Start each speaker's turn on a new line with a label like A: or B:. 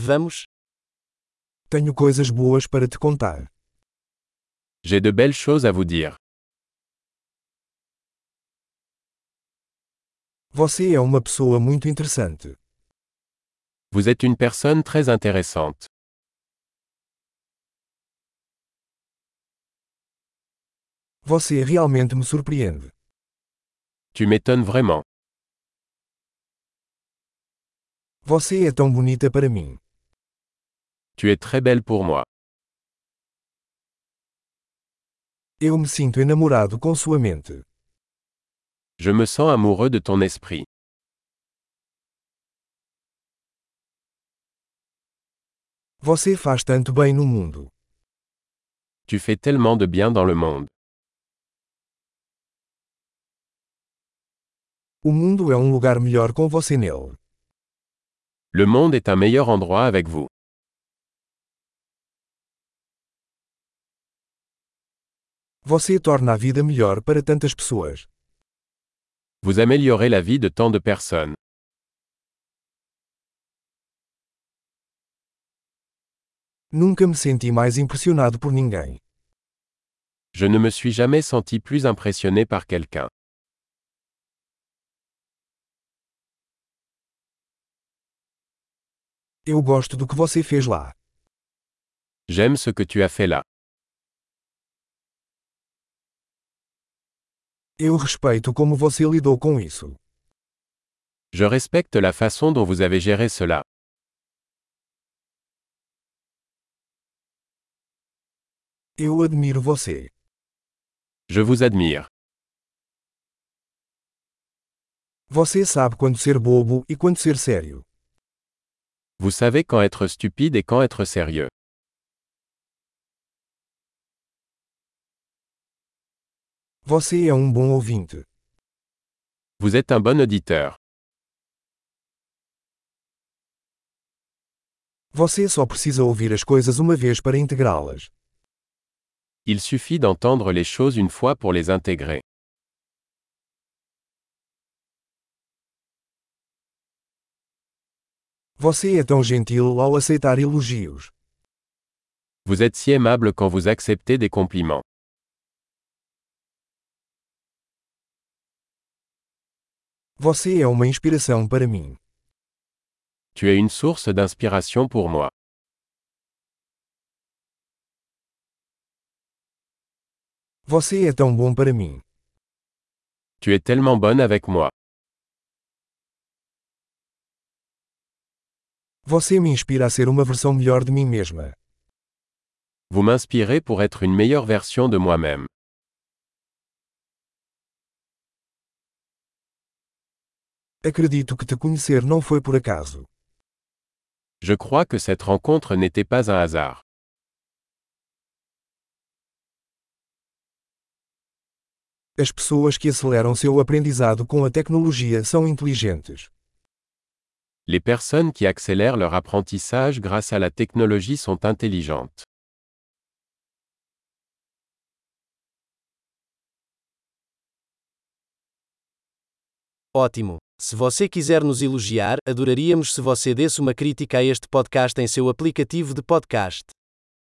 A: Vamos.
B: Tenho coisas boas para te contar.
C: J'ai de belles choses à vous dire.
B: Você é uma pessoa muito interessante.
C: Vous êtes une personne très intéressante.
B: Você realmente me surpreende.
C: Tu m'étonnes vraiment.
B: Você é tão bonita para mim.
C: Tu es très belle pour moi.
B: Eu me sinto enamorado com sua mente.
C: Je me sens amoureux de ton esprit.
B: Você faz tanto bem no mundo.
C: Tu fais tellement de bien dans le monde.
B: O mundo é um lugar melhor com você nele.
C: Le monde est un meilleur endroit avec vous.
B: Você torna a vida melhor para tantas pessoas.
C: Vous améliorez la vie de tant de personnes.
B: Nunca me senti mais impressionado por ninguém.
C: Je ne me suis jamais senti plus impressionné par quelqu'un.
B: Eu gosto do que você fez lá.
C: J'aime ce que tu as fait là.
B: Eu respeito como você lidou com isso.
C: Je respecte la façon dont vous avez géré cela.
B: Eu admiro você.
C: Je vous admire.
B: Você sabe quando ser bobo e quando ser sério.
C: Vous savez quand être stupide et quand être sérieux.
B: Você é um bom ouvinte.
C: Vous êtes un bon auditeur.
B: Você só precisa ouvir as coisas uma vez para integrá-las.
C: Il suffit d'entendre les choses une fois pour les intégrer.
B: Você é tão gentil ao aceitar elogios.
C: Vous êtes si aimable quand vous acceptez des compliments.
B: Você é uma inspiração para mim.
C: Tu es une source d'inspiration pour moi.
B: Você é tão bom para mim.
C: Tu es tellement bonne avec moi.
B: Você me inspira a ser uma versão melhor de mim mesma.
C: Vous m'inspirez pour être une meilleure version de moi-même.
B: Acredito que te conhecer não foi por acaso.
C: Je crois que cette rencontre n'était pas un hasard.
B: As pessoas que aceleram seu aprendizado com a tecnologia são inteligentes.
C: Les personnes qui accélèrent leur apprentissage grâce à la technologie sont intelligentes.
A: Ótimo. Se você quiser nos elogiar, adoraríamos se você desse uma crítica a este podcast em seu aplicativo de podcast.